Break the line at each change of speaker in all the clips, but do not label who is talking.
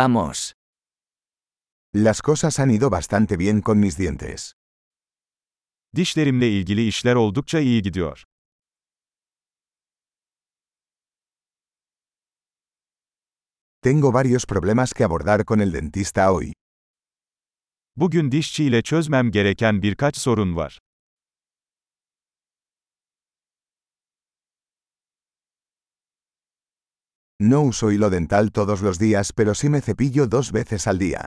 Vamos.
Las cosas han ido bastante bien con mis dientes.
Dişlerimle ilgili işler oldukça iyi gidiyor.
Tengo varios problemas que abordar con el dentista hoy.
Bugün dişçiyle çözmem gereken birkaç sorun var.
No uso hilo dental todos los días, pero sí me cepillo dos veces al día.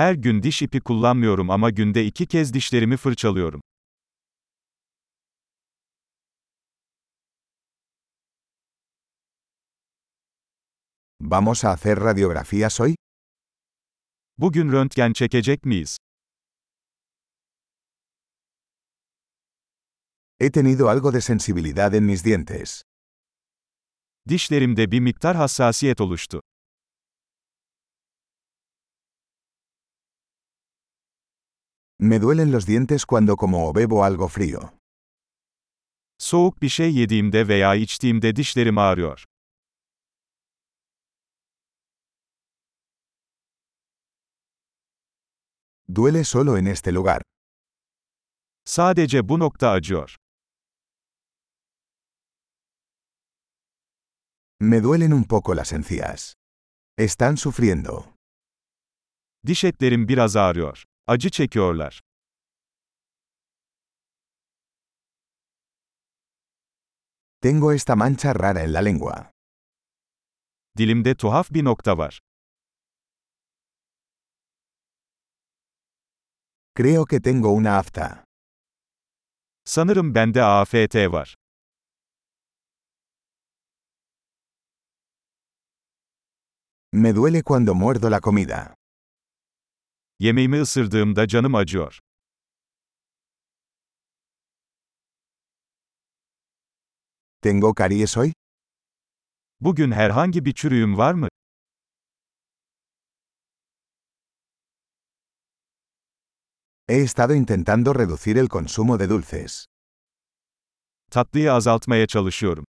Her gün diş ipi kullanmıyorum ama günde iki kez dişlerimi fırçalıyorum.
¿Vamos a hacer radiografías hoy?
Bugün röntgen çekecek miyiz?
He tenido algo de sensibilidad en mis dientes.
Dişlerimde bir miktar hassasiyet oluştu.
Me duelen los dientes cuando como o bebo algo frío.
Soğuk bir şey yediğimde veya içtiğimde dişlerim ağrıyor.
Duele solo en este lugar.
Sadece bu nokta acıyor.
Me duelen un poco las encías. Están sufriendo.
Diş etlerim biraz ağrıyor. Acı çekiyorlar.
Tengo esta mancha rara en la lengua.
Dilimde tuhaf bir nokta var.
Creo que tengo una afta.
Sanırım bende AFT var.
Me duele cuando muerdo la comida.
Yemeğimi ısırdığımda canım acıyor.
¿Tengo caries hoy?
Bugün herhangi bir çürüğüm var mı?
He estado intentando reducir el consumo de dulces.
Tatlıyı azaltmaya çalışıyorum.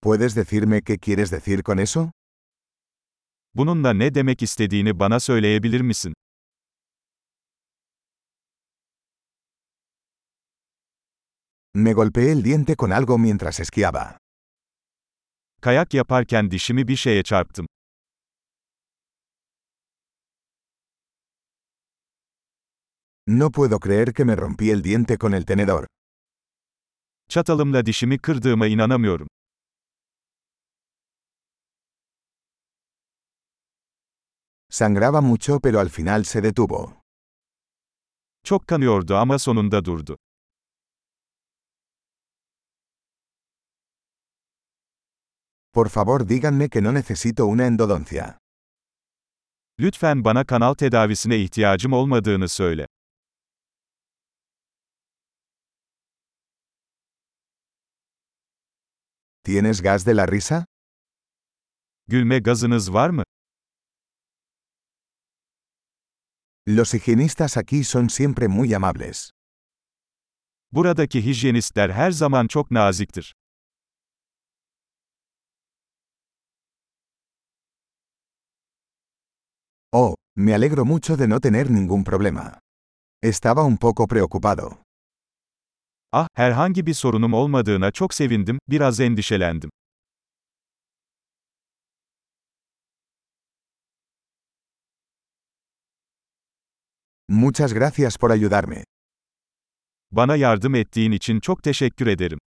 ¿Puedes decirme qué quieres decir con eso?
Bununla ne demek istediğini bana söyleyebilir misin?
Me golpeé el diente con algo mientras esquiaba.
Kayak yaparken dişimi bir şeye çarptım.
No puedo creer que me rompí el diente con el tenedor.
Çatalımla dişimi kırdığıma inanamıyorum.
Sangraba mucho pero al final se detuvo.
Çok kanıyordu ama sonunda durdu.
Por favor díganme que no necesito una endodoncia.
Lütfen bana kanal tedavisine ihtiyacım olmadığını söyle.
¿Tienes gas de la risa?
Gülme gazınız var mı?
Los higienistas aquí son siempre muy amables.
Buradaki hijyenistler her zaman çok naziktir.
Oh, me alegro mucho de no tener ningún problema. Estaba un poco preocupado.
Ah, herhangi bir sorunum olmadığına çok sevindim, biraz endişelendim.
Muchas gracias por ayudarme.
Bana yardım ettiğin için çok teşekkür ederim.